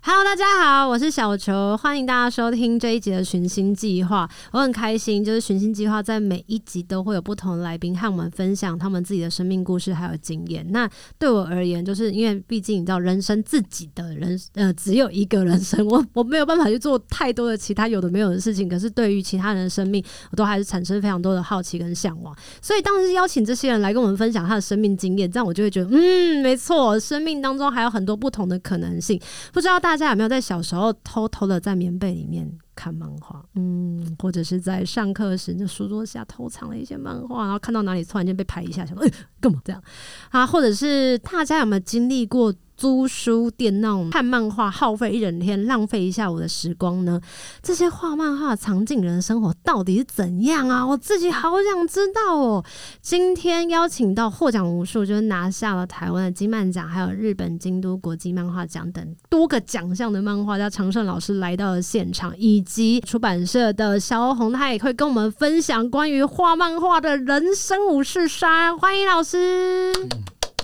Hello，大家好，我是小球，欢迎大家收听这一集的寻星计划。我很开心，就是寻星计划在每一集都会有不同的来宾和我们分享他们自己的生命故事还有经验。那对我而言，就是因为毕竟你知道，人生自己的人呃只有一个人生， 我我没有办法去做太多的其他有的没有的事情。可是对于其他人的生命，我都还是产生非常多的好奇跟向往。所以当时邀请这些人来跟我们分享他的生命经验，这样我就会觉得，嗯，没错，生命当中还有很多不同的可能性。不知道大家有没有在小时候偷偷的在棉被里面看漫画，嗯，或者是在上课时就书桌下偷藏了一些漫画，然后看到哪里突然间被拍一下，想说哎干嘛这样啊？或者是大家有没有经历过租书店那种看漫画耗费一整天、浪费一下午的时光呢？这些画漫画藏进人的生活到底是怎样啊？我自己好想知道哦。今天邀请到获奖无数，就是拿下了台湾的金漫奖，还有日本京都国际漫画奖等多个奖项的漫画家常胜老师来到了现场，以及出版社的萧红，他也会跟我们分享关于画漫画的人生五四三。欢迎老师，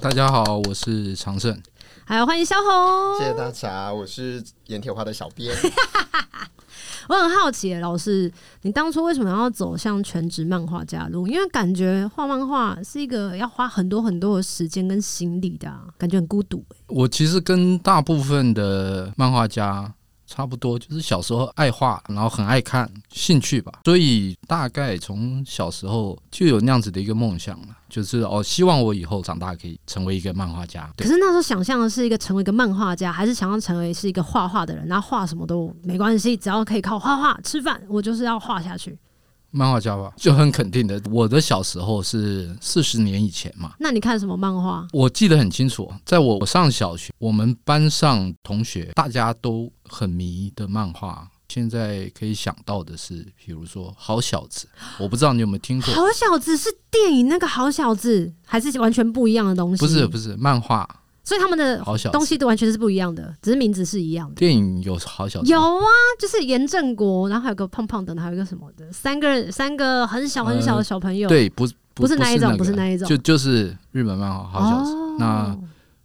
大家好，我是常胜。还有欢迎萧红。谢谢大家，哦我是盐铁花的小 编。我很好奇耶，老师，你当初为什么要走向全职漫画家路？因为感觉画漫画是一个要花很多很多的时间跟心力的、啊，感觉很孤独耶。我其实跟大部分的漫画家差不多，就是小时候爱画，然后很爱看，兴趣吧。所以大概从小时候就有那样子的一个梦想了，就是哦，希望我以后长大可以成为一个漫画家。可对，是那时候想象的是一个成为一个漫画家，还是想要成为是一个画画的人？然后画什么都没关系，只要可以靠画画吃饭，我就是要画下去。漫画家吧，就很肯定的。我的小时候是四十年以前嘛，那你看什么漫画？我记得很清楚，在我上小学，我们班上同学大家都很迷的漫画。现在可以想到的是，比如说《好小子》，我不知道你有没有听过。好小子是电影那个好小子，还是完全不一样的东西？不是不是，是漫画，所以他们的好小子东西都完全是不一样的，只是名字是一样的。电影有好小子有啊，就是严正国，然后还有个胖胖的，还有一个什么的，三个人，三个很小很小的小朋友，，呃对，不不是那一种，不不是个那一种，就就是日本漫画好小子。哦那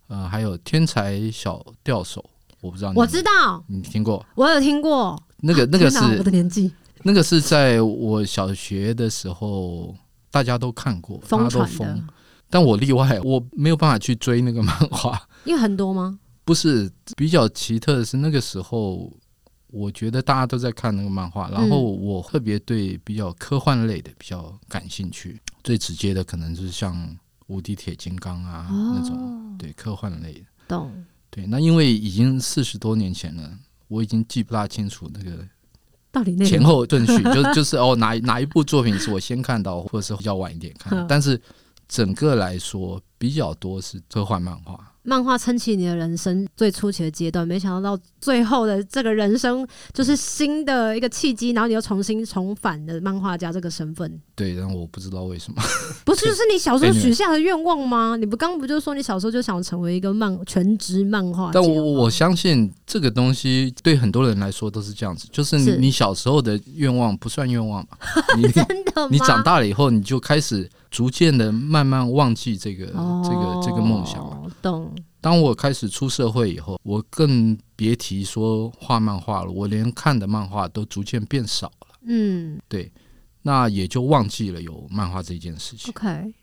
呃，还有天才小钓手，我不知道你有我没有知道，你听过我有听过，那个那个天哪我是的啊年纪，那个是在我小学的时候大家都看过，大疯家都传疯的，，但我例外，我没有办法去追那个漫画。因为很多吗？不是比较奇特的是，那个时候我觉得大家都在看那个漫画，然后我特别对比较科幻类的比较感兴趣。最直接的可能就是像《无敌铁金刚啊》那种，哦，对科幻类的。懂，对，那因为已经四十多年前了，我已经记不大清楚那个到底那前后顺序， 就就是哦哪一哪一部作品是我先看到，或者是比较晚一点看的嗯。但是整个来说，比较多是科幻漫画。漫画撑起你的人生最初期的阶段，没想到到最后的这个人生就是新的一个契机，然后你又重新重返了漫画家这个身份，对，但我不知道为什么。不是，就是你小时候 Anyway 许下的愿望吗？你不刚不就说你小时候就想成为一个漫全职漫画家但吗？我我相信这个东西对很多人来说都是这样子，就是你是你小时候的愿望不算愿 望嘛，你真的吗？你长大了以后你就开始逐渐的慢慢忘记这个、哦这个这个梦想啊了。懂当我开始出社会以后，我更别提说画漫画了，我连看的漫画都逐渐变少了，嗯对，那也就忘记了有漫画这件事情。 ，OK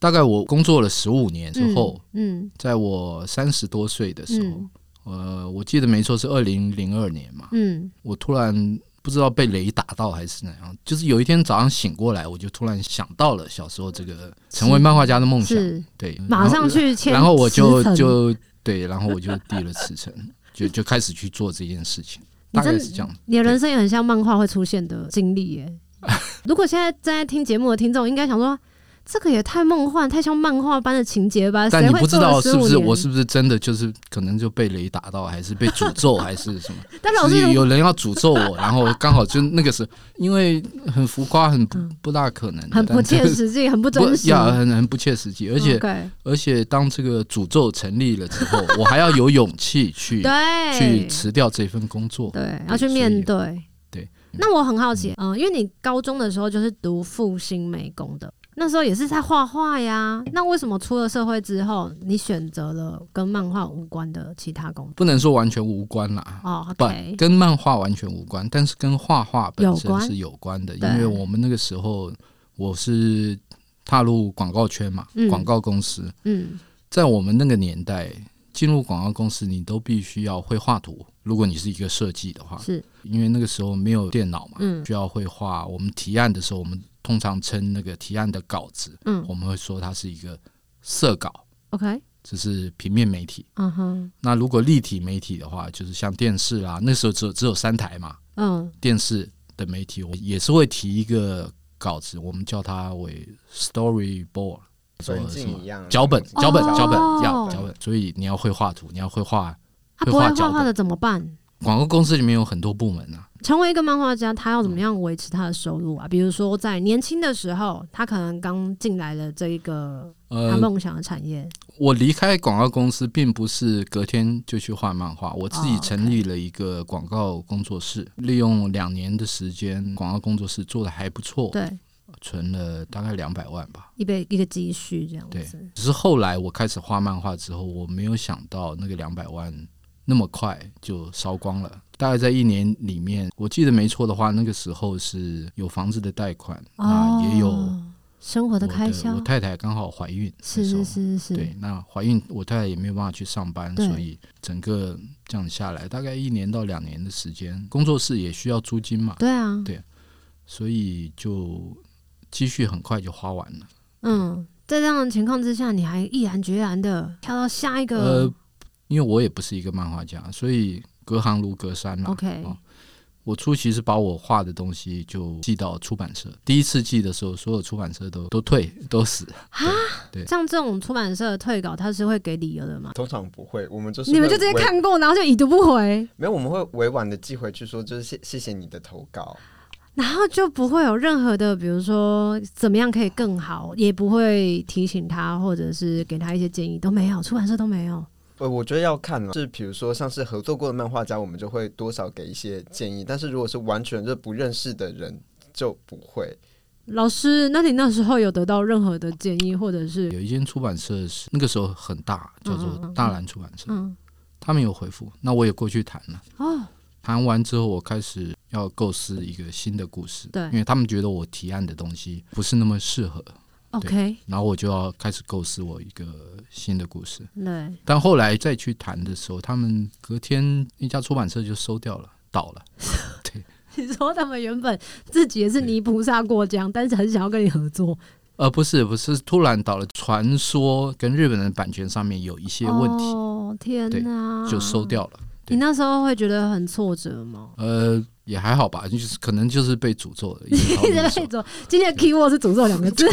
大概我工作了十五年之后，嗯在我三十多岁的时候嗯，呃，我记得没错是二零零二年嘛，嗯我突然不知道被雷打到还是怎样，就是有一天早上醒过来，我就突然想到了小时候这个成为漫画家的梦嗯，想，是对，马上去签，然后，然后我就辞呈就对，然后我就递了辞呈，就就开始去做这件事情，你大概真是这样。你的人生也 很像漫画会出现的经历耶。如果现在正在听节目的听众，应该想说。这个也太梦幻，太像漫画般的情节吧？但呃谁你会不知做了道是不15是年我是不是真的就是可能就被雷打到，还是被 诅咒，还是什么？但老是师有人要诅咒我，然后刚好就那个时候，因为很浮夸，很不不大可能的，嗯很不但切就是实际，很不 不真实。嗯呀，很很不切实际。而且 OK 而且，当这个诅咒成立了之后，我还要有勇气 去去对辞掉这份工作。对，要去所以面对。对，那我很好奇，嗯、因为你高中的时候就是读复兴美工的，那时候也是在画画呀。那为什么出了社会之后，你选择了跟漫画无关的其他工作？不能说完全无关啦，哦不，OK，跟漫画完全无关，但是跟画画本有身关是有关的，对因为我们那个时候我是踏入广告圈嘛嗯，广告公司，嗯，在我们那个年代。进入广告公司，你都必须要会画图。如果你是一个设计的话，是，因为那个时候没有电脑嘛，嗯需要会画。我们提案的时候，我们通常称那个提案的稿子，嗯我们会说它是一个色稿， ，OK，这是平面媒体。嗯哼，那如果立体媒体的话，就是像电视啦，那时候只有只有三台嘛，嗯电视的媒体，我也是会提一个稿子，我们叫它为 storyboard，做分什镜一么样，脚本，脚本，哦脚本，哦要脚本。所以你要会画图，你要会画。他会啊不会画画脚画的怎么办？广告公司里面有很多部门啊，成为一个漫画家，他要嗯怎么样维持他的收入啊？比如说，在年轻的时候，他可能刚进来了这一个他呃，梦想的产业，我离开广告公司，并不是隔天就去画漫画，我自哦己，OK 成立了一个广告工作室，利用两年的时间，广告工作室做的还不错，对，存了大概两百万吧。一杯一个积蓄这样对子，只是后来我开始画漫画之后，我没有想到那个两百万那么快就烧光了。大概在一年里面，我记得没错的话，那个时候是有房子的贷款，哦那啊也有生活我的开销我，太太刚好怀孕，是那时候是是是，对，那怀孕我太太也没有办法去上班，对所以整个这样下来，大概一年到两年的时间，工作室也需要租金嘛，对啊，对所以就积蓄很快就花完了。嗯，在这样的情况之下，你还毅然决然的跳到下一个呃，因为我也不是一个漫画家，所以隔行如隔山嘛。 ，OK，哦我初期是把我画的东西就寄到出版社，第一次寄的时候，所有出版社都都退都死，对像这种出版社的退稿，他是会给理由的嘛？通常不会，我们就是你们会就直接委，看过，然后就已读不回，没有，我们会委婉的寄回去说，就是谢谢谢你的投稿，然后就不会有任何的，比如说怎么样可以更好，也不会提醒他，或者是给他一些建议，都没有，出版社都没有。呃，我觉得要看了，是比如说像是合作过的漫画家，我们就会多少给一些建议，但是如果是完全就不认识的人，就不会。老师，那你那时候有得到任何的建议，或者是有一间出版社是那个时候很大，叫做大蓝出版社，嗯他们有回复，那我也过去谈了。哦，谈完之后，我开始要构思一个新的故事，对因为他们觉得我提案的东西不是那么适合， OK，然后我就要开始构思我一个新的故事。对，但后来再去谈的时候，他们隔天一家出版社就收掉了，倒了。你说他们原本自己也是泥菩萨过江，但是很想要跟你合作，呃，不是，不是，突然倒了。传说跟日本人的版权上面有一些问题，哦，天对哪，就收。掉了。对你那时候会觉得很挫折吗？呃，也还好吧，就是可能就是被诅咒了，一直到一直那时被 候诅，今天的 keyword 是诅咒两个字。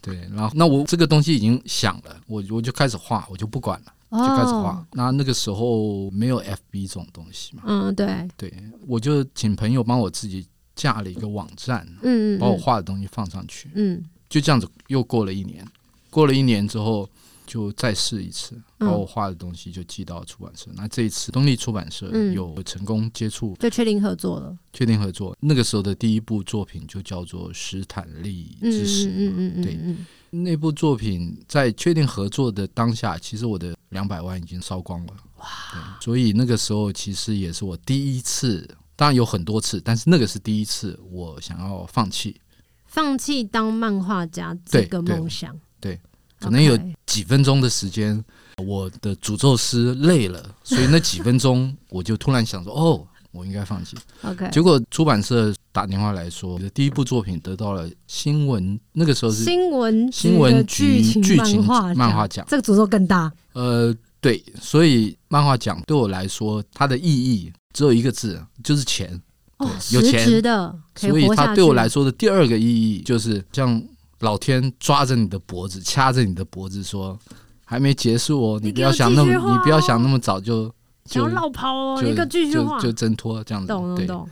对，然后那我这个东西已经想了，我我就开始画，我就不管了，哦就开始画。那那个时候没有 FB 这种东西嘛，嗯，对，嗯对我就请朋友帮我自己架了一个网站，嗯，嗯把我画的东西放上去，嗯，就这样子又过了一年，过了一年之后就再试一次，嗯把我画的东西就寄到出版社。那这一次东立出版社嗯有成功接触，就确定合作了。确定合作。那个时候的第一部作品就叫做《斯坦利之死》。嗯嗯嗯嗯对嗯那部作品在确定合作的当下，其实我的两百万已经烧光了。哇！所以那个时候其实也是我第一次，当然有很多次，但是那个是第一次我想要放弃。放弃当漫画家这个梦想，对对可能有 OK 几分钟的时间，我的诅咒师累了，所以那几 分钟我就突然想说，哦，我应该放弃。 OK，结果出版社打电话来说，我的第一部作品得到了新闻，那个时候是新闻局的新闻局剧剧情情漫画漫画奖这个诅咒更大。呃，对，所以漫画奖对我来说，它的意义只有一个字，就是钱。哦，有实钱质的可所以活下它去。对我来说的第二个意义，就是像老天抓着你的脖子，掐着你的脖子说，还没结束哦，你你不给要我想继那续么，画你不要哦想那么早就想要就绕跑哦，就一个继续画，就就挣脱这样子，懂懂对。懂，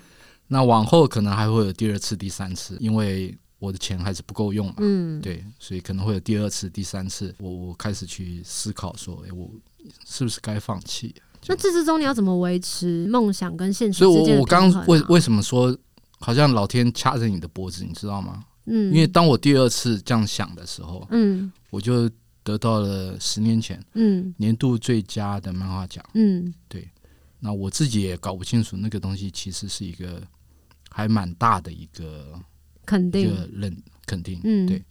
那往后可能还会有第二次、第三次，因为我的钱还是不够用嘛。嗯，对，所以可能会有第二次、第三次，我我开始去思考说，哎，我是不是该放弃？那自之中你要怎么维持梦想跟现实所以之我间的我刚平衡啊为为什么说好像老天掐着你的脖子，你知道吗？嗯，因为当我第二次这样想的时候，嗯我就得到了十年前嗯年度最佳的漫画奖。嗯那我自己也搞不清楚那个东西其实是一个还蛮大的一个肯一定个认肯定，嗯对，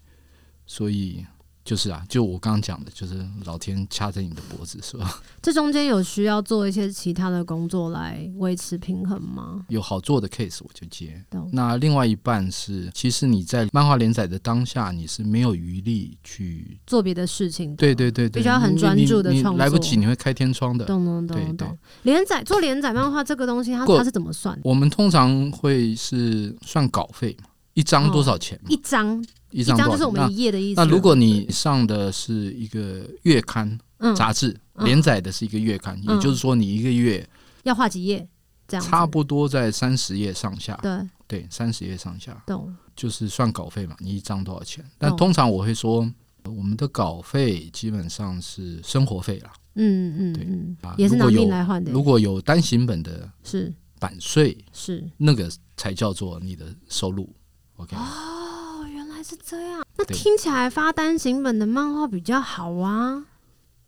所以就是啊，就我刚刚讲的，就是老天掐着你的脖子说， 这中间有需要做一些其他的工作来维持平衡吗？有好做的 case 我就接懂。那另外一半是，其实你在漫画连载的当下，你是没有余力去，做别的事情的，对对对必对，须要很你专注地你创你来不作及，你会开天窗的。懂懂对懂对懂。连载做连载漫画这个东西，它过嗯它是怎么算？我们通常会是算稿费嘛，一张多少钱嘛？一张一哦一张张多就少是钱？我那们一页的意思。那如果你上的是一个月刊嗯杂志，嗯连载的是一个月刊，嗯也就是说你一个月要画几页这样子，差不多在三十页上下，对对，三十页上下，懂就是算稿费嘛，你一张多少钱？哦但通常我会说，我们的稿费基本上是生活费啦。嗯对嗯嗯啊，也是如拿果命有来换的，如果有单行本的是版税，是那个才叫做你的收入。OK，哦，原来是这样。那对听起来发单行本的漫画比较好啊，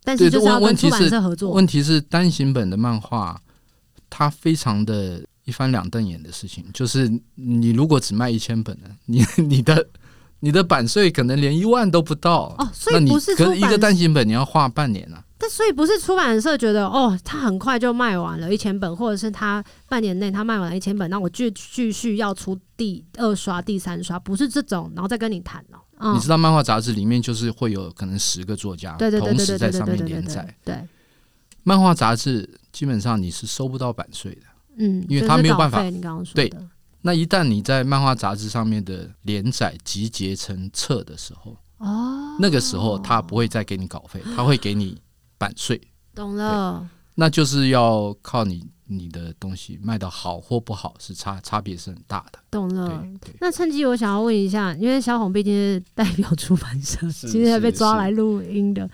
但是对就这是要问跟问出题版是社合作。问题是单行本的漫画，它非常的一翻两瞪眼的事情，就是你如果只卖一千本呢，你你的你的版税可能连一万都不到。哦，所那以你不是出可是一个版单行本你要画半年啊，但所以不是出版社觉得哦，他很快就卖完了一千本，或者是他半年内他卖完了一千本，那我继继续要出第二刷、第三刷，不是这种，然后再跟你谈哦。嗯你，知道漫画杂志里面就是会有可能十个作家对对对啊同对时对在对上对面对连对对载，，对，漫画杂志基本上你是收不到版税的。嗯，因为就是他没有稿办法费你刚刚说对的，那一旦你在漫画杂志上面的连载集结成册的时候，哦，那个时候他不会再给你稿费，他会给你版税，懂了，那就是要靠你你的东西卖的好或不好是差差别是很大的。懂了。对对，那趁机我想要问一下，因为小红毕竟是代表出版社，是今天才被是抓是来录音的。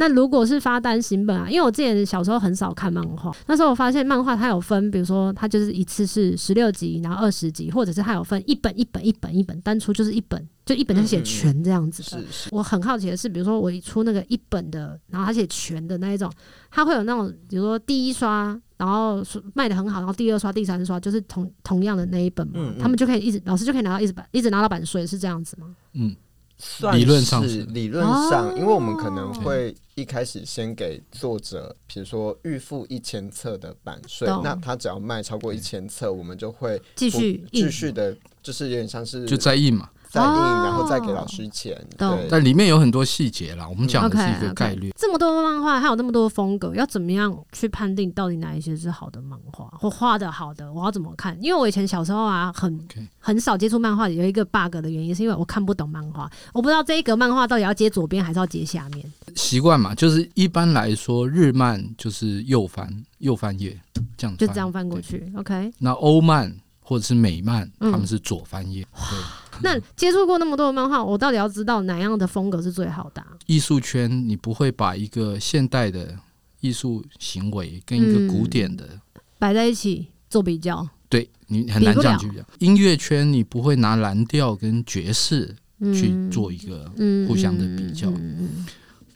那如果是发单行本啊，因为我之前小时候很少看漫画，那时候我发现漫画它有分，比如说它就是一次是十六集，然后二十集，或者是它有分一本一本一本一本，单出就是一本，就一本就写全这样子的。是是，我很好奇的是，比如说我一出那个一本的，然后它写全的那一种，它会有那种，比如说第一刷，然后说卖的很好，然后第二刷、第三刷就是同同样的那一本嘛，嗯嗯他们就可以一直老师就可以拿到一直版，一直拿到版税，是这样子吗？嗯，算理论上是是理论上，因为我们可能哦会一开始先给作者，比如说预付一千册的版税，懂那他只要卖超过一千册，我们就会继续不印继续的，就是有点像是就在印嘛，再印，哦然后再给老师钱。懂对，但里面有很多细节啦，我们讲的 OK，是一个概率。这么多漫画，还有那么多风格，要怎么样去判定到底哪一些是好的漫画或画的好的？我要怎么看？因为我以前小时候啊，很 OK 很少接触漫画，有一个 bug 的原因是因为我看不懂漫画，我不知道这一格漫画到底要接左边还是要接下面。习惯嘛，就是一般来说日漫就是右翻右翻页这样，就这样翻过。去。OK，那欧漫或者是美漫，嗯他们是左翻页。对，那接触过那么多的漫画，我到底要知道哪样的风格是最好的啊、艺术圈你不会把一个现代的艺术行为跟一嗯个古典的，摆在一起做比较。对你很难这样去讲。音乐圈你不会拿蓝调跟爵士嗯去做一个。嗯互相的比较嗯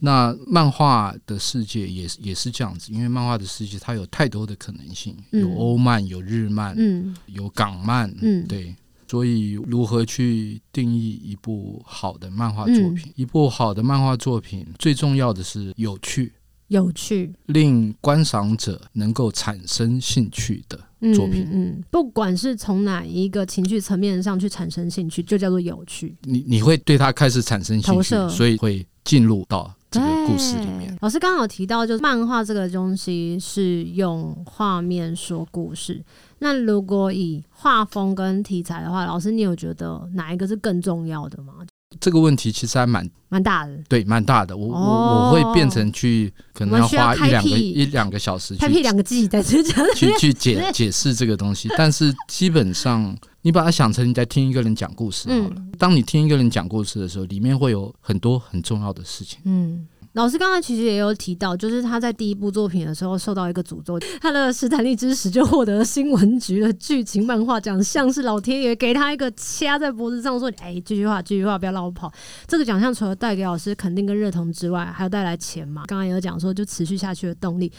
那漫画的世界也是也是这样子，因为漫画的世界它有太多的可能性，有嗯欧漫，有日漫，嗯有港漫，嗯对，所以如何去定义一部好的漫画作嗯品？一部好的漫画作品最重要的是有趣，有趣令观赏者能够产生兴趣的。嗯作品嗯，嗯不管是从哪一个情绪层面上去产生兴趣，就叫做有趣。你你会对它开始产生兴投趣射，所以会进入到这个故事里面对。老师刚好提到，就是漫画这个东西是用画面说故事。那如果以画风跟题材的话，老师你有觉得哪一个是更重要的吗？这个问题其实还蛮蛮大的。对蛮大的，我我、哦我会变成去可我能们要需要花开一两个辟一两个小时去开辟两个季，但是讲 去去解解释这个东西，但是基本上你把它想成你在听一个人讲故事好了。嗯当你听一个人讲故事的时候，里面会有很多很重要的事情。嗯。老师刚才其实也有提到，就是他在第一部作品的时候受到一个诅咒，他的史坦利之石就获得了新闻局的剧情漫画奖，像是老天爷给他一个掐在脖子上说：“哎、这句话，这句话不要绕跑。”这个奖项除了带给老师肯定跟认同之外，还有带来钱嘛。刚刚也有讲说，就持续下去的动力。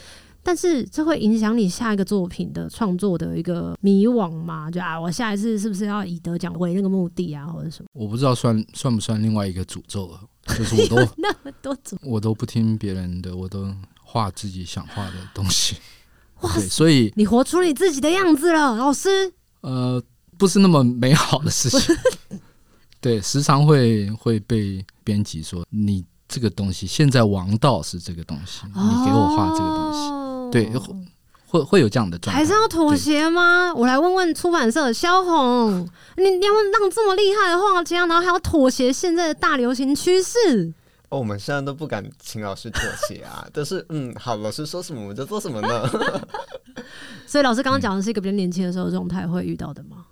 但是这会影响你下一个作品的创作的一个迷惘嘛？就啊，我下一次是不是要以得奖为那个目的啊，或者什么？我不知道算算不算另外一个诅咒啊，就是我都那么多组，我都不听别人的，我都画自己想画的东西。对，所以你活出你自己的样子了，老师。呃，不是那么美好的事情。对，时常会会被编辑说你这个东西，现在王道是这个东西，你给我画这个东西，哦对会会有这样的状态。还是要妥协吗？我来问问出版社萧红，你你要让这么厉害的画家，然后还要妥协现在的大流行趋势，哦，我们现在都不敢请老师妥协啊， 但是嗯，好，老师说什么我们就做什么呢？ 所以老师刚刚讲的是一个比较年轻的时候的状态会遇到的吗？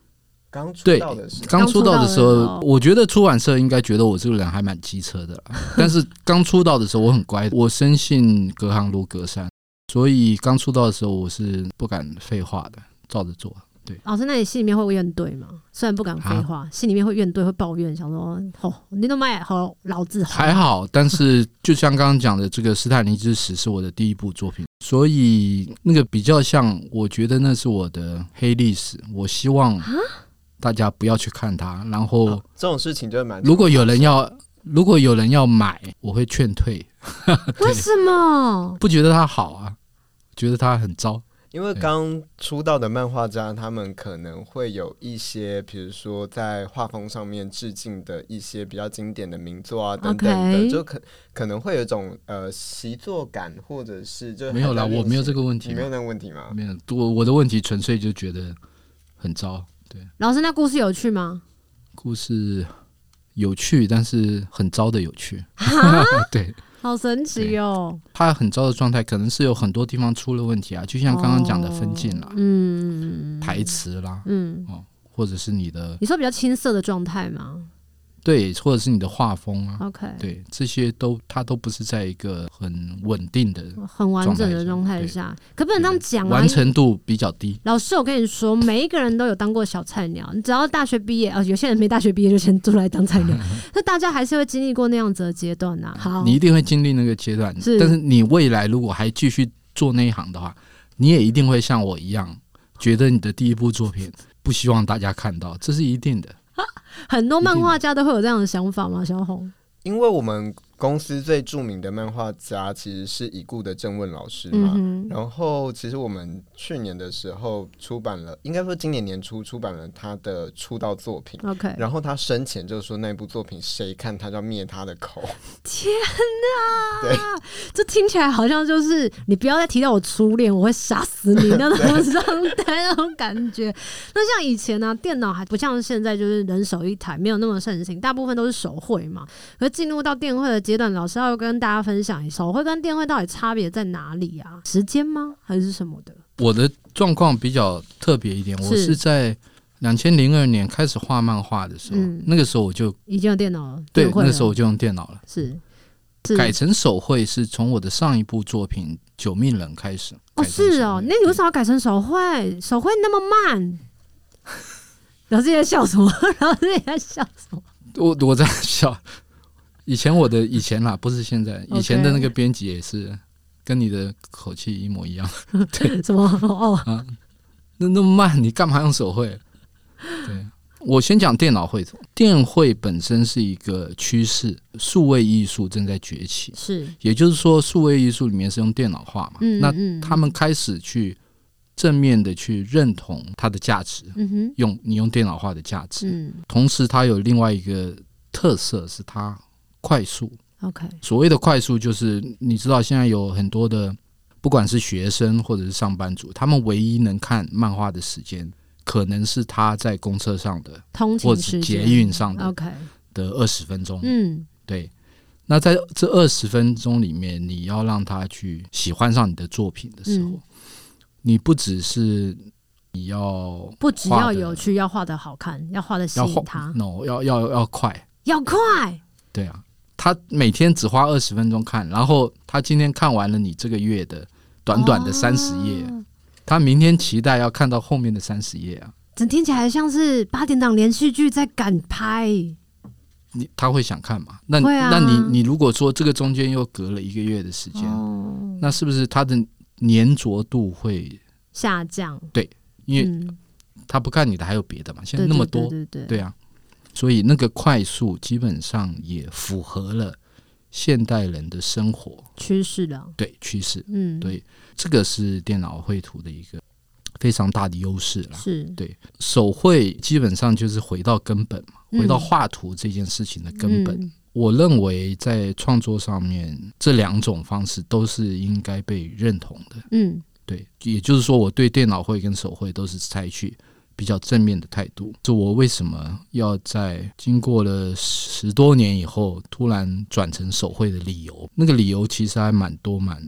刚出对道的时候，刚出道刚出道的时的时候候，我觉得出版社应该觉得我这个人还蛮机车的啦。 但是刚出道的时候，我很乖，我深信隔行如隔山，所以刚出道的时候，我是不敢废话的，照着 做。老师，那你心里面会怨怼吗？虽然不敢啊废话，心里面会怨怼，会抱怨，想说哦，你都卖好老字号，还好，但是就像刚刚讲的，这个《斯坦尼之死》是我的第一部作品，所以那个比较像，我觉得那是我的黑历史。我希望啊大家不要去看它，然哦后啊这种事情就会蛮如果有人要，如果有人要买，我会劝退，为什么？不觉得它好啊，觉得它很糟。因为刚出道的漫画家，他们可能会有一些，比如说在画风上面致敬的一些比较经典的名作啊等等的 OK 就可可能会有一种呃习作感，或者是就没有啦，还在我没有这练习个问题啊你嘛没，有那个问题吗？没有，我我的问题纯粹就觉得很糟。老师，那故事有趣吗？故事有趣，但是很糟的有趣。啊 对，好神奇哦！他很糟的状态，可能是有很多地方出了问题啊，就像刚刚讲的分镜啦、哦嗯台词啦，嗯，或者是你的你说比较青涩的状态吗对，或者是你的画风啊， ？OK，对，这些都他都不是在一个很稳定的很完整的状态下，可不能这样讲啊完！成度比较低。老师，我跟你说，每一个人都有当过小菜鸟。你只要大学毕业，啊，有些人没大学毕业就先出来当菜 鸟，那大家还是会经历过那样子的阶段啊呐、好，你一定会经历那个阶段，哦是但是你未来如果还继续做那一行的话，你也一定会像我一样，觉得你的第一部作品不希望大家看到，这是一定的。很多漫画家都会有这样的想法吗？小红，因为我们公司最著名的漫画家其实是已故的郑问老师嘛，嗯哼，然后，其实我们去年的时候出版了，应该说今年年初出版了他的出道作品。 OK，然后他生前就说那部作品谁看他就要灭他的口， 天哪！这听起来好像就是你不要再提到我初恋，我会杀死你那种状态、那种感觉。那像以前呢、电脑还不像现在就是人手一台，没有那么盛行，大部分都是手绘嘛。可是进入到电绘的阶段，老师要跟大家分享，手绘跟电绘到底差别在哪里啊？时间吗？还是什么的？我的状况比较特别一点，是我是在两千零二年开始画漫画的时候，嗯那个时候我就已经有电脑了，对电绘那了个时候我就用电脑了，是是改成手绘是从我的上一部作品《九命人》开始。哦，改成手绘是哦，那你为什么要改成手绘？手绘那么慢，老师也在笑什么？ 老师也在笑什么？我我在 笑，以前我的以前啦，不是现在， OK 以前的那个编辑也是跟你的口气一模一样。 什么？哦，那那么慢，你干嘛用手绘？对，我先讲电脑绘图，电绘本身是一个趋势，数位艺术正在崛起。是，也就是说，数位艺术里面是用电脑画嘛，嗯，那嗯他们开始去正面的去认同它的价值，嗯哼，用你用电脑画的价值。嗯同时，它有另外一个特色是它快速。 ，OK，所谓的快速，就是你知道现在有很多的，不管是学生或者是上班族，他们唯一能看漫画的时间，可能是他在公车上的通或勤者时捷间嗯哦运上的。 ，OK，的二十分钟，嗯对。那在这二十分钟里面，你要让他去喜欢上你的作品的时候，嗯你不只是你要不只画要得有趣，要画的好看，要画的吸要引画嗯他， ，no，要要要快，要快，对啊。他每天只花二十分钟看，然后他今天看完了你这个月的短短的三十页，哦他明天期待要看到后面的三十页啊，整听起来像是八点档连续剧在赶拍，你他会想看嘛？那、会啊那你你如果说这个中间又隔了一个月的时间，哦，那是不是他的粘着度会？下降，因为嗯，他不看你的还有别的嘛，现在对那么对多，对对对啊，所以那个快速基本上也符合了现代人的生活趋势了，对趋势，嗯，对这个是电脑绘图的一个非常大的优势啦。是，对手绘基本上就是回到根本嘛，嗯回到画图这件事情的根本。嗯我认为在创作上面，这两种方式都是应该被认同的。嗯对，也就是说，我对电脑绘跟手绘都是采取比较正面的态度。这我为什么要在经过了十多年以后，突然转成手绘的理由？那个理由其实还蛮多、蛮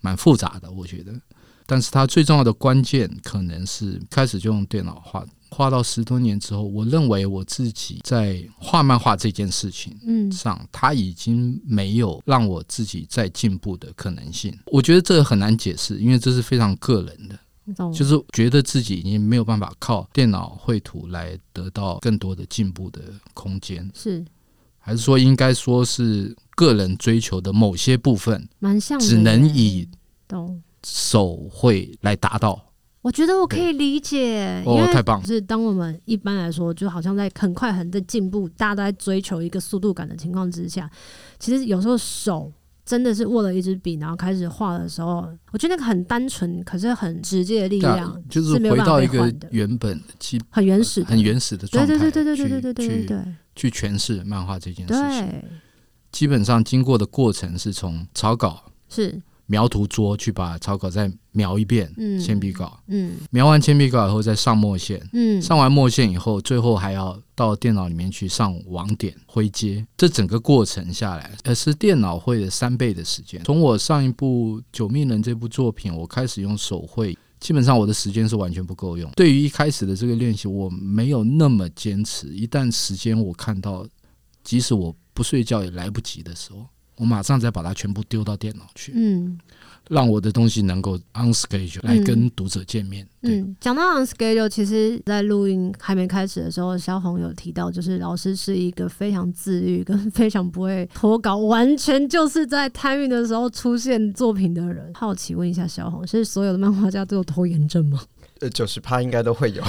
蛮复杂的，我觉得。但是它最重要的关键，可能是开始就用电脑画，画到十多年之后，我认为我自己在画漫画这件事情，嗯上，它已经没有让我自己再进步的可能性。我觉得这个很难解释，因为这是非常个人的，懂，就是是觉得自己已经没有办法靠电脑绘图来得到更多的进步的空间，是还是说应该说是个人追求的某些部分蛮像的耶，只能以懂。手绘来达到？我觉得我可对以理解，因哦为，太棒了！就是当我们一般来说，就好像在很快很的进步，大家都在追求一个速度感的情况之下，其实有时候手真的是握了一支笔，然后开始画的时候，我觉得那个很单纯，可是很直接的力对啊量，就是没有回办法到被一个换的原本基很原始的，很原始的对状态对去，对对对对对对对对去对去诠释漫画这件事情。对，基本上经过的过程是从草稿、是描图桌去把草稿再描一遍，嗯铅笔稿嗯描完铅笔稿以后再上墨线，嗯上完墨线以后，最后还要到电脑里面去上网点灰阶，这整个过程下来，呃，是电脑会的三倍的时间。从我上一部《九命人》这部作品，我开始用手绘。基本上我的时间是完全不够用。对于一开始的这个练习，我没有那么坚持。一旦时间我看到，即使我不睡觉也来不及的时候，我马上再把它全部丢到电脑去。嗯让我的东西能够 on schedule 来嗯跟读者见面。对，嗯，讲到 on schedule，其实，在录音还没开始的时候，萧红有提到，就是老师是一个非常自律跟 非常不会脱稿，完全就是在摊运的时候出现作品的人。好奇问一下萧红，是所有的漫画家都有拖延症吗？ 呃，九十趴应该都会有。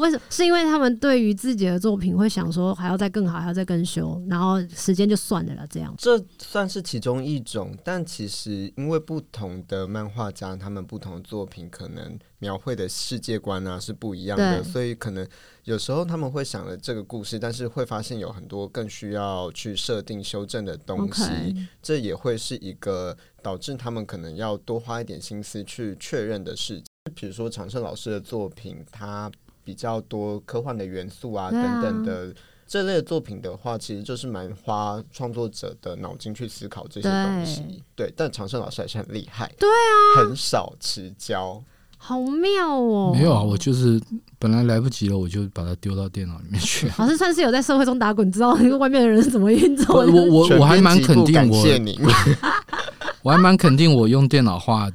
为什么？是因为他们对于自己的作品会想说还要再更好，还要再更修，然后时间就算了啦，这样。这算是其中一种，但其实因为不同的漫画家，他们不同的作品可能描绘的世界观啊是不一样的，对所以可能有时候他们会想了这个故事，但是会发现有很多更需要去设定修正的东西 OK，这也会是一个导致他们可能要多花一点心思去确认的事情。比如说长胜老师的作品，他比较多科幻的元素啊对啊等等的。这类的作品的话，其实就是蛮花创作者的脑筋去思考这些东西。对，但长胜老师还是很厉害。对啊，很少迟交。好妙哦！没有啊，我就是本来来不及了，我就把它丢到电脑里面 去。老师算是有在社会中打滚，知道外面的人是怎么运不作我的。我我还蛮全肯编辑定部感我，谢 你。 我还蛮肯定我用电脑画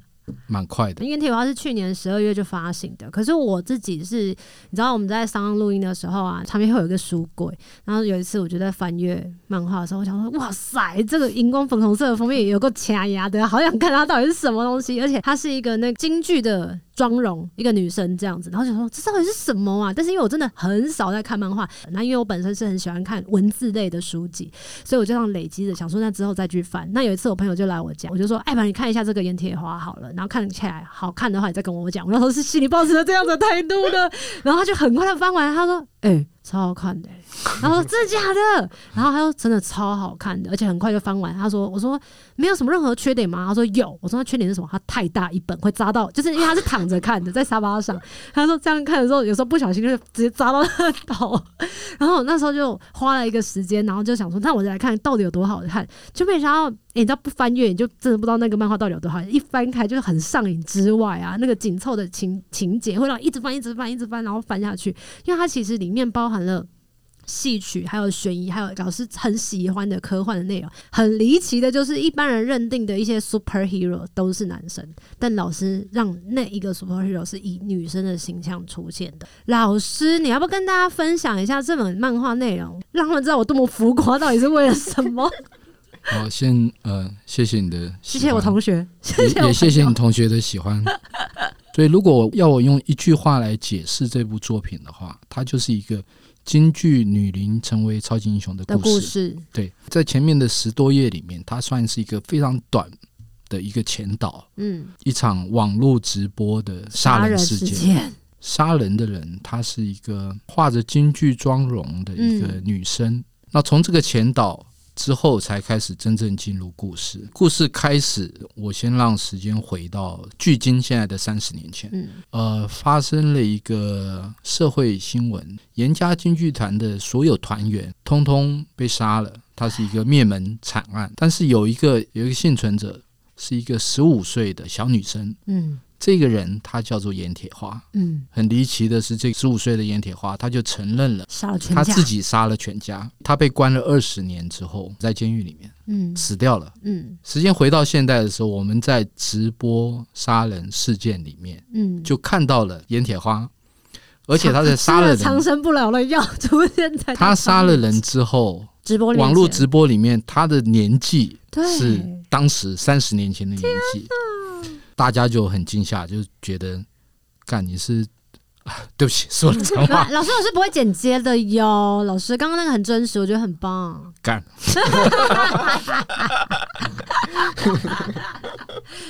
蛮快的。 因为《铁花》是去年十二月就发行的，可是我自己是，你知道我们在商录音的时候啊，旁边会有一个书柜，然后有一次我就在翻阅漫画的时候，我想说，哇塞，这个荧光粉红色的封面也有够掐牙的，好想看它到底是什么东西，而 且它是一个那个京剧的妆容，一个女生这样子，然后想说这到底是什么啊？但是因为我真的很少在看漫画，那因为我本身是很喜欢看文字类的书籍，所以我就这样累积着，想说那之后再去翻。那有一次我朋友就来我家，我就说：“哎，把你看一下这个盐铁花好了，然后看起来 好看的话，你再跟我讲。”我那时候是心里抱持着这样的态度的，然后他就很快的翻完，他说：“哎、超好看的、然后我说真的假的？然后他说真的超好看的，而且很快就翻完。他说我说没有什么任何缺点吗？他说有。我说他缺点是什么？他太大一本会扎到，就是因为他是躺着看的，在沙发上。他说这样看的时候，有时候不小心就直接扎到他的头。然后我那时候就花了一个时间，然后就想说，那我来看到底有多好看。就没想到，诶你知道不翻阅，你就真的不知道那个漫画到底有多好看。一翻开就是很上瘾之外啊，那个紧凑的情情节会让你一直翻、一直翻、一直翻，然后翻下去。因为它其实里面包含了。戏曲还有悬疑，还有老师很喜欢的科幻的内容，很离奇的，就是一般人认定的一些 superhero 都是男生，但老师让那一个 superhero 是以女生的形象出现的。老师，你要不要跟大家分享一下这本漫画内容，让他们知道我多么浮夸，到底是为了什么？好，先呃，谢 谢你的喜谢欢，谢我同学，谢谢也我也谢谢朋你友同学的喜欢。 所以，如果要我用一句话来解释这部作品的话，它就是一个京剧女伶成为超级英雄的的故故事。事。对，在前面的十多页里面，它算是一个非常短的一个前导，嗯，一场网络直播的杀人事件。件，杀人的人，她是一个画着京剧妆容的一个嗯女生。那从这个前导之后，才开始真正进入故事。故事开始，我先让时间回到距今现在的三十年前，嗯呃，发生了一个社会新闻：严家京剧团的所有团员通通被杀了，它是一个灭门惨案。但是有一个有一个幸存者，是一个十五岁的小女生。嗯这个人她叫做盐铁花，嗯，很离奇的是，这十五岁的盐铁花，他就承认了杀了全他家，自己杀了全家。他被关了二十年之后，在监狱里面嗯死掉了。嗯时间回到现代的时候，我们在直播杀人事件里面嗯，就看到了盐铁花，而且他在杀了长人，生啊不老的药出现在他杀了人之后，直播网络直播里面他的年纪对是当时三十年前的年纪，大家就很惊吓，就觉得干你是。啊对不起，说了脏话老。老师，我是不会剪接的哟。老师，刚刚那个很真实，我觉得很棒。干。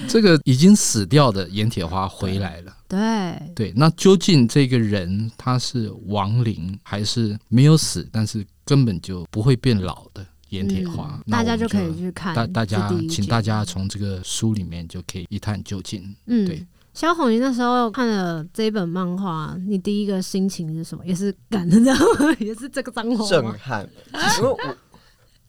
这个已经死掉的盐铁花回来了。对，对，那究竟这个人他是亡灵，还是没有死，但是根本就不会变老的盐铁花？嗯那大我家们就可以去看。大大家去第一集请大家从这个书里面就可以一探究竟。嗯对。萧红，你那时候看了这一本漫画，你第一个心情是什么？也是感人的， 也是这个脏话震吗？ 撼，因为我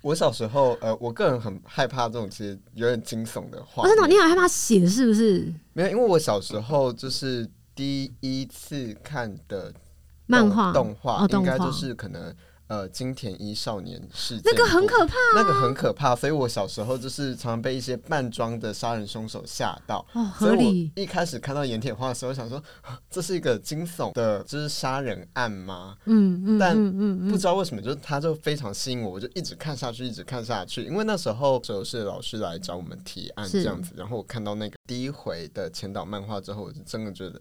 我小时候呃，我个人很害怕这种其实有点惊悚的话我哦真的，你很害怕血是不是？没有，因为我小时候就是第一次看的动漫画、动画哦，，应动画该就是可能呃金田一少年事件那个很簿可怕啊那个很可怕，所以我小时候就是常常被一些扮装的杀人凶手吓到。哦，所合以理。我一开始看到盐铁花的时候，想说 啊这是一个惊悚的，就是杀人案吗？嗯嗯但嗯嗯不嗯，知道为什么，就是它就非常吸引我，我就一直看下去，一直看下去。因为那时候就是老师来找我们提案是这样子，然后我看到那个第一回的前导漫画之后，我就真的觉得。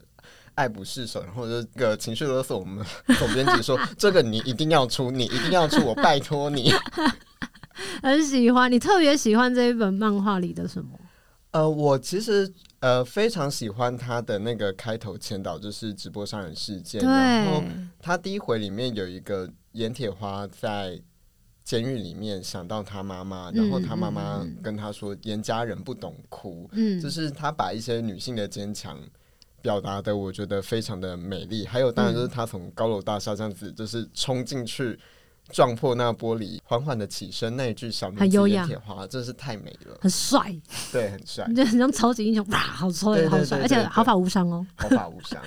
爱不释手，然后我就这个情绪勒索我们总编辑说：“这个你一定要出，你一定要出，我拜托你。” 很喜欢。你特别喜欢这一本漫画里的什么？呃，我其实呃非常喜欢他的那个开头前导，就是直播杀人事件。然后对，他第一回里面有一个盐铁花在监狱里面想到他妈妈，然后他妈妈跟他说：“严家人不懂哭。嗯，就是他把一些女性的坚强。表达的我觉得非常的美丽，还有当然就是他从高楼大厦这样子，就是冲进去撞破那玻璃，缓缓的起身那一句小名很优字雅盐铁花，真是太美了，很帅，对，很 帅。就很像超级英雄，哇，好帅，对对好帅，对而且对毫发无伤哦。毫发无伤。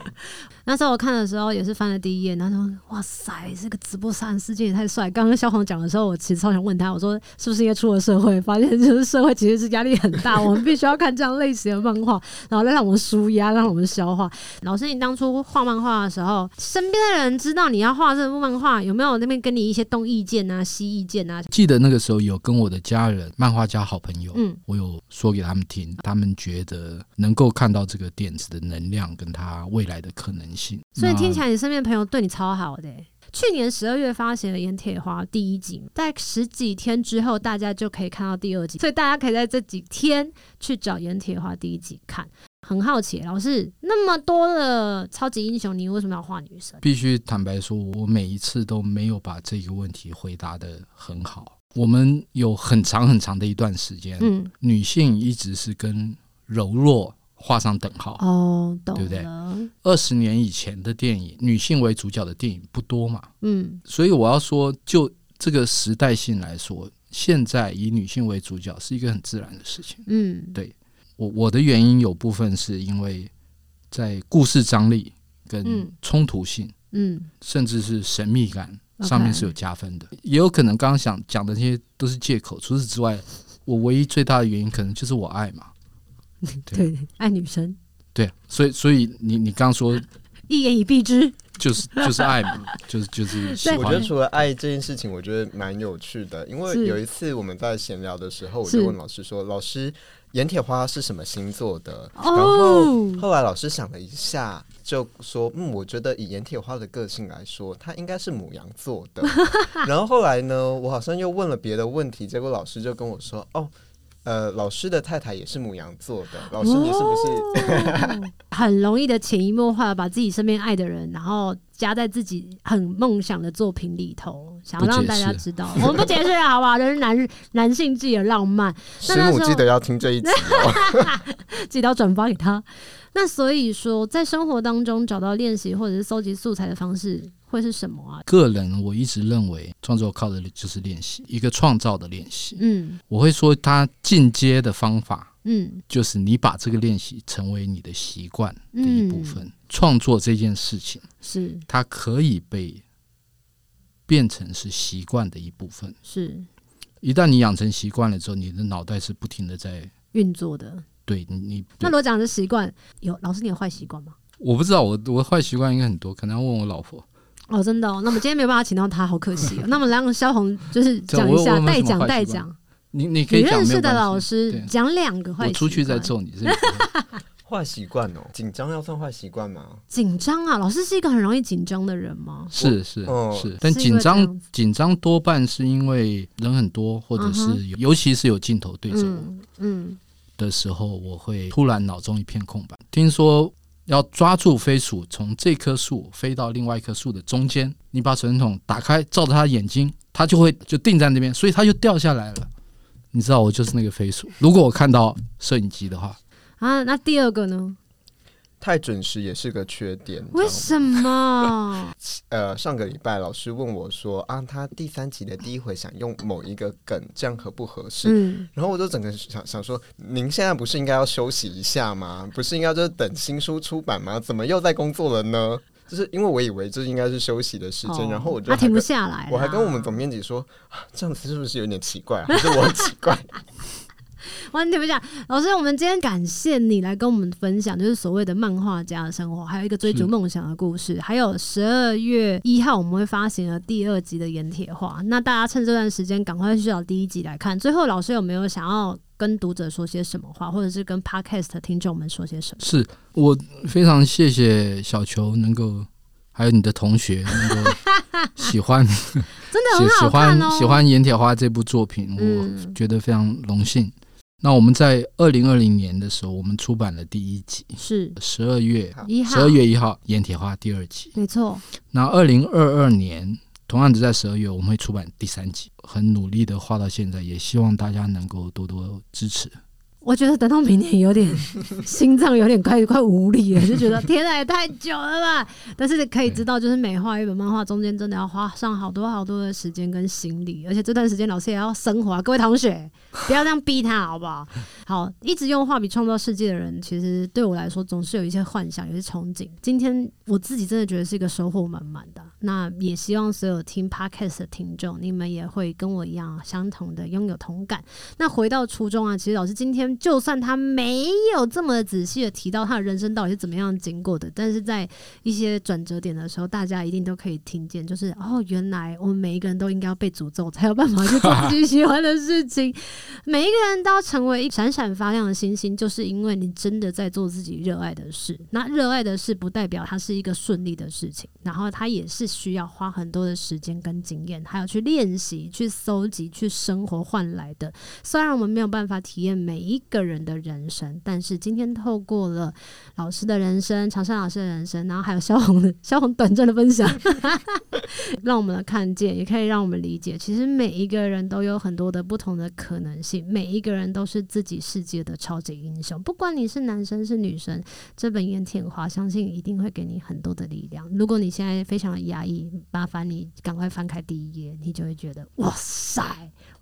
那时候我看的时候也是翻了第一页，然后说：“哇塞，这个直播杀人事件也太帅！”刚刚萧红讲的时候，我其实超想问他，我说：“是不是因为出了社会，发现就是社会其实是压力很大，我们必须要看这样类型的漫画，然后再让我们舒压，让我们消化。”老师，你当初画漫画的时候，身边的人知道你要画这部漫画，有没有那边跟你一些动意见啊、西意见啊？记得那个时候有跟我的家人、漫画家好朋友，嗯我有说给他们听，他们觉得能够看到这个电子的能量跟它未来的可能性。所以那听起来你身边的朋友对你超好的欸、去年十二月发行了《盐铁花》第一集，在十几天之后，大家就可以看到第二集，所以大家可以在这几天去找《盐铁花》第一集看。很好奇，老师那么多的超级英雄，你为什么要画女生？必须坦白说，我每一次都没有把这个问题回答的很好。我们有很长很长的一段时间，嗯，女性一直是跟柔弱画上等号。哦，懂对不对了，二十年以前的电影，女性为主角的电影不多嘛，嗯所以我要说，就这个时代性来说，现在以女性为主角是一个很自然的事情。嗯，对我我的原因有部分是因为在故事张力跟嗯冲突性，嗯甚至是神秘感 OK 上面是有加分的。也有可能刚刚想讲的那些都是借口，除此之外，我唯一最大的原因可能就是我爱嘛。对对，爱女生对，啊所以所以你你刚刚说一言以蔽之，就是就是爱嘛，就是就是 喜对我觉得欢。除了爱这件事情，我觉得蛮有趣的，因是为有一次我们在闲聊的时候，我是就问老师说：“老师，盐铁花是什么星座的？”哦然后后来老师想了一下，就说：“嗯，我觉得以盐铁花的个性来说，它应该是母羊座 的。”然后后来呢，我好像又问了别的问题，结果老师就跟我说：“哦。”呃，老师的太太也是母羊座的，老师哦你是不是、哦很容易的潜移默化地把自己身边爱的人，然后加在自己很梦想的作品里头，想要不让解释大家知道，我们不解释啊了，好不好？这是 男男性自己的浪漫，师母记得要听这 一集哦。记得要转发给他。那所以说，在生活当中找到练习或者是搜集素材的方式会是什么啊？个人我一直认为创作靠的就是练习，一个创造的练习。嗯我会说，它进阶的方法嗯就是你把这个练习成为你的习惯的一部分。嗯创作这件事情，是它可以被变成是习惯的一部分。是一旦你养成习惯了之后，你的脑袋是不停的在运作的。对你你。那对如果讲的习惯，有老师你有坏习惯吗？我不知道，我我坏习惯应该很多，可能要问我老婆。哦，真的哦，那我们今天没有办法请到他，好可惜、哦。那么让萧红 就是讲一我下我有没代有什么讲坏习惯代讲，你你可你以讲认没识有的关系老师对讲两个坏习我惯，出去再揍你。这个坏习惯哦，紧张要算坏习惯吗？紧张啊！老师是一个很容易紧张的人吗？是是哦是，但嗯是因为紧这张样子紧张多半是因为人很多，或者嗯是有尤其是有镜头对着我，嗯嗯，的时候，我会突然脑中一片空白。听说要抓住飞鼠从这棵树飞到另外一棵树的中间，你把手电筒打开，照着它的眼睛，它就会就定在那边，所以它就掉下来了。你知道我就是那个飞鼠。如果我看到摄影机的话，啊，那第二个呢？太准时也是个缺点。你知道为吗什 么？呃，上个礼拜老师问我说啊，他第三集的第一回想用某一个梗，这样合不合适？嗯，然后我就整个想想说，您现在不是应该要休息一下吗？不是应该就是等新书出版吗？怎么又在工作了呢？就是因为我以为这应该是休息的时间，哦然后我就他还停不跟下来啦，我还跟我们总编辑说、啊，这样子是不是有点奇怪、啊？ 还是我很奇怪？我跟你们讲，老师，我们今天感谢你来跟我们分享，就是所谓的漫画家的生活，还有一个追逐是梦想的故事，还有十二月一号我们会发行的第二集的盐铁画。那大家趁这段时间赶快去找第一集来看。最后，老师有没有想要跟读者说些什么话，或者是跟 Podcast 的听众们说些什么？是我非常谢谢小球能够，还有你的同学能够喜欢喜真的很喜好看哦，欢喜欢《盐铁花》这部作品，我嗯觉得非常荣幸。那我们在二零二零年的时候，我们出版了第一集，是十二月一号十二月一号《盐铁花》第二集。没错，那二零二二年，同样只在十二月，我们会出版第三集。很努力的画到现在，也希望大家能够多多支持。我觉得等到明年有点心脏有点快快无力了，就觉得天啊哪也太久了吧。但是可以知道，就是美化一本漫画中间真的要花上好多好多的时间跟心力，而且这段时间老师也要生活、啊。各位同学，不要这样逼他好不好？好，一直用画笔创造世界的人，其实对我来说总是有一些幻想，有一些憧憬。今天我自己真的觉得是一个收获满满的。那也希望所有听 podcast 的听众，你们也会跟我一样相同的拥有同感。那回到初中啊，其实老师今天就算他没有这么仔细的提到他的人生到底是怎么样经过的，但是在一些转折点的时候，大家一定都可以听见，就是哦，原来我们每一个人都应该要被诅咒，才有办法去做自己喜欢的事情。每一个人都要成为一闪闪发亮的星星，就是因为你真的在做自己热爱的事。那热爱的事不代表它是一个顺利的事情，然后它也是需要花很多的时间跟经验，还有去练习、去搜集、去生活换来的。虽然我们没有办法体验每一个人的人生，但是今天透过了老师的人生、长山老师的人生，然后还有萧红的萧红短暂的分享， 让我们看见，也可以让我们理解，其实每一个人都有很多的不同的可能性，每一个人都是自己世界的超级英雄。不管你是男生是女生，这本《燕天花》相信一定会给你很多的力量。如果你现在非常的压抑，麻烦你赶快翻开第一页，你就会觉得哇塞，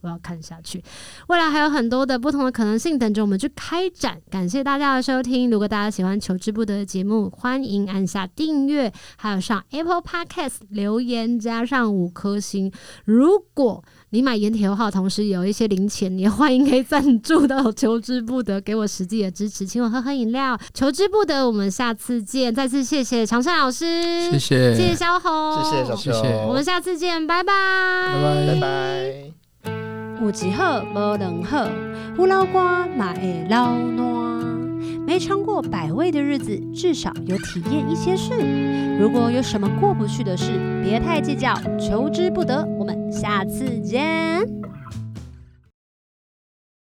我要看下去。未来还有很多的不同的可能性等着我们去开展。感谢大家的收听，如果大家喜欢求之不得的节目，欢迎按下订阅，还有上 Apple Podcast 留言加上五颗星。如果你买盐铁号，同时有一些零钱，也欢迎可以赞助到求之不得，给我实际的支持，请我喝喝饮料。求之不得，我们下次见。再次谢谢长山老师，谢谢，嗯谢谢萧红，谢谢小秋，谢谢哦我们下次见，拜拜，拜拜拜拜。有一好无两好，胡老瓜嘛会老暖。没尝过百味的日子，至少有体验一些事。如果有什么过不去的事，别太计较，求之不得。我们下次见。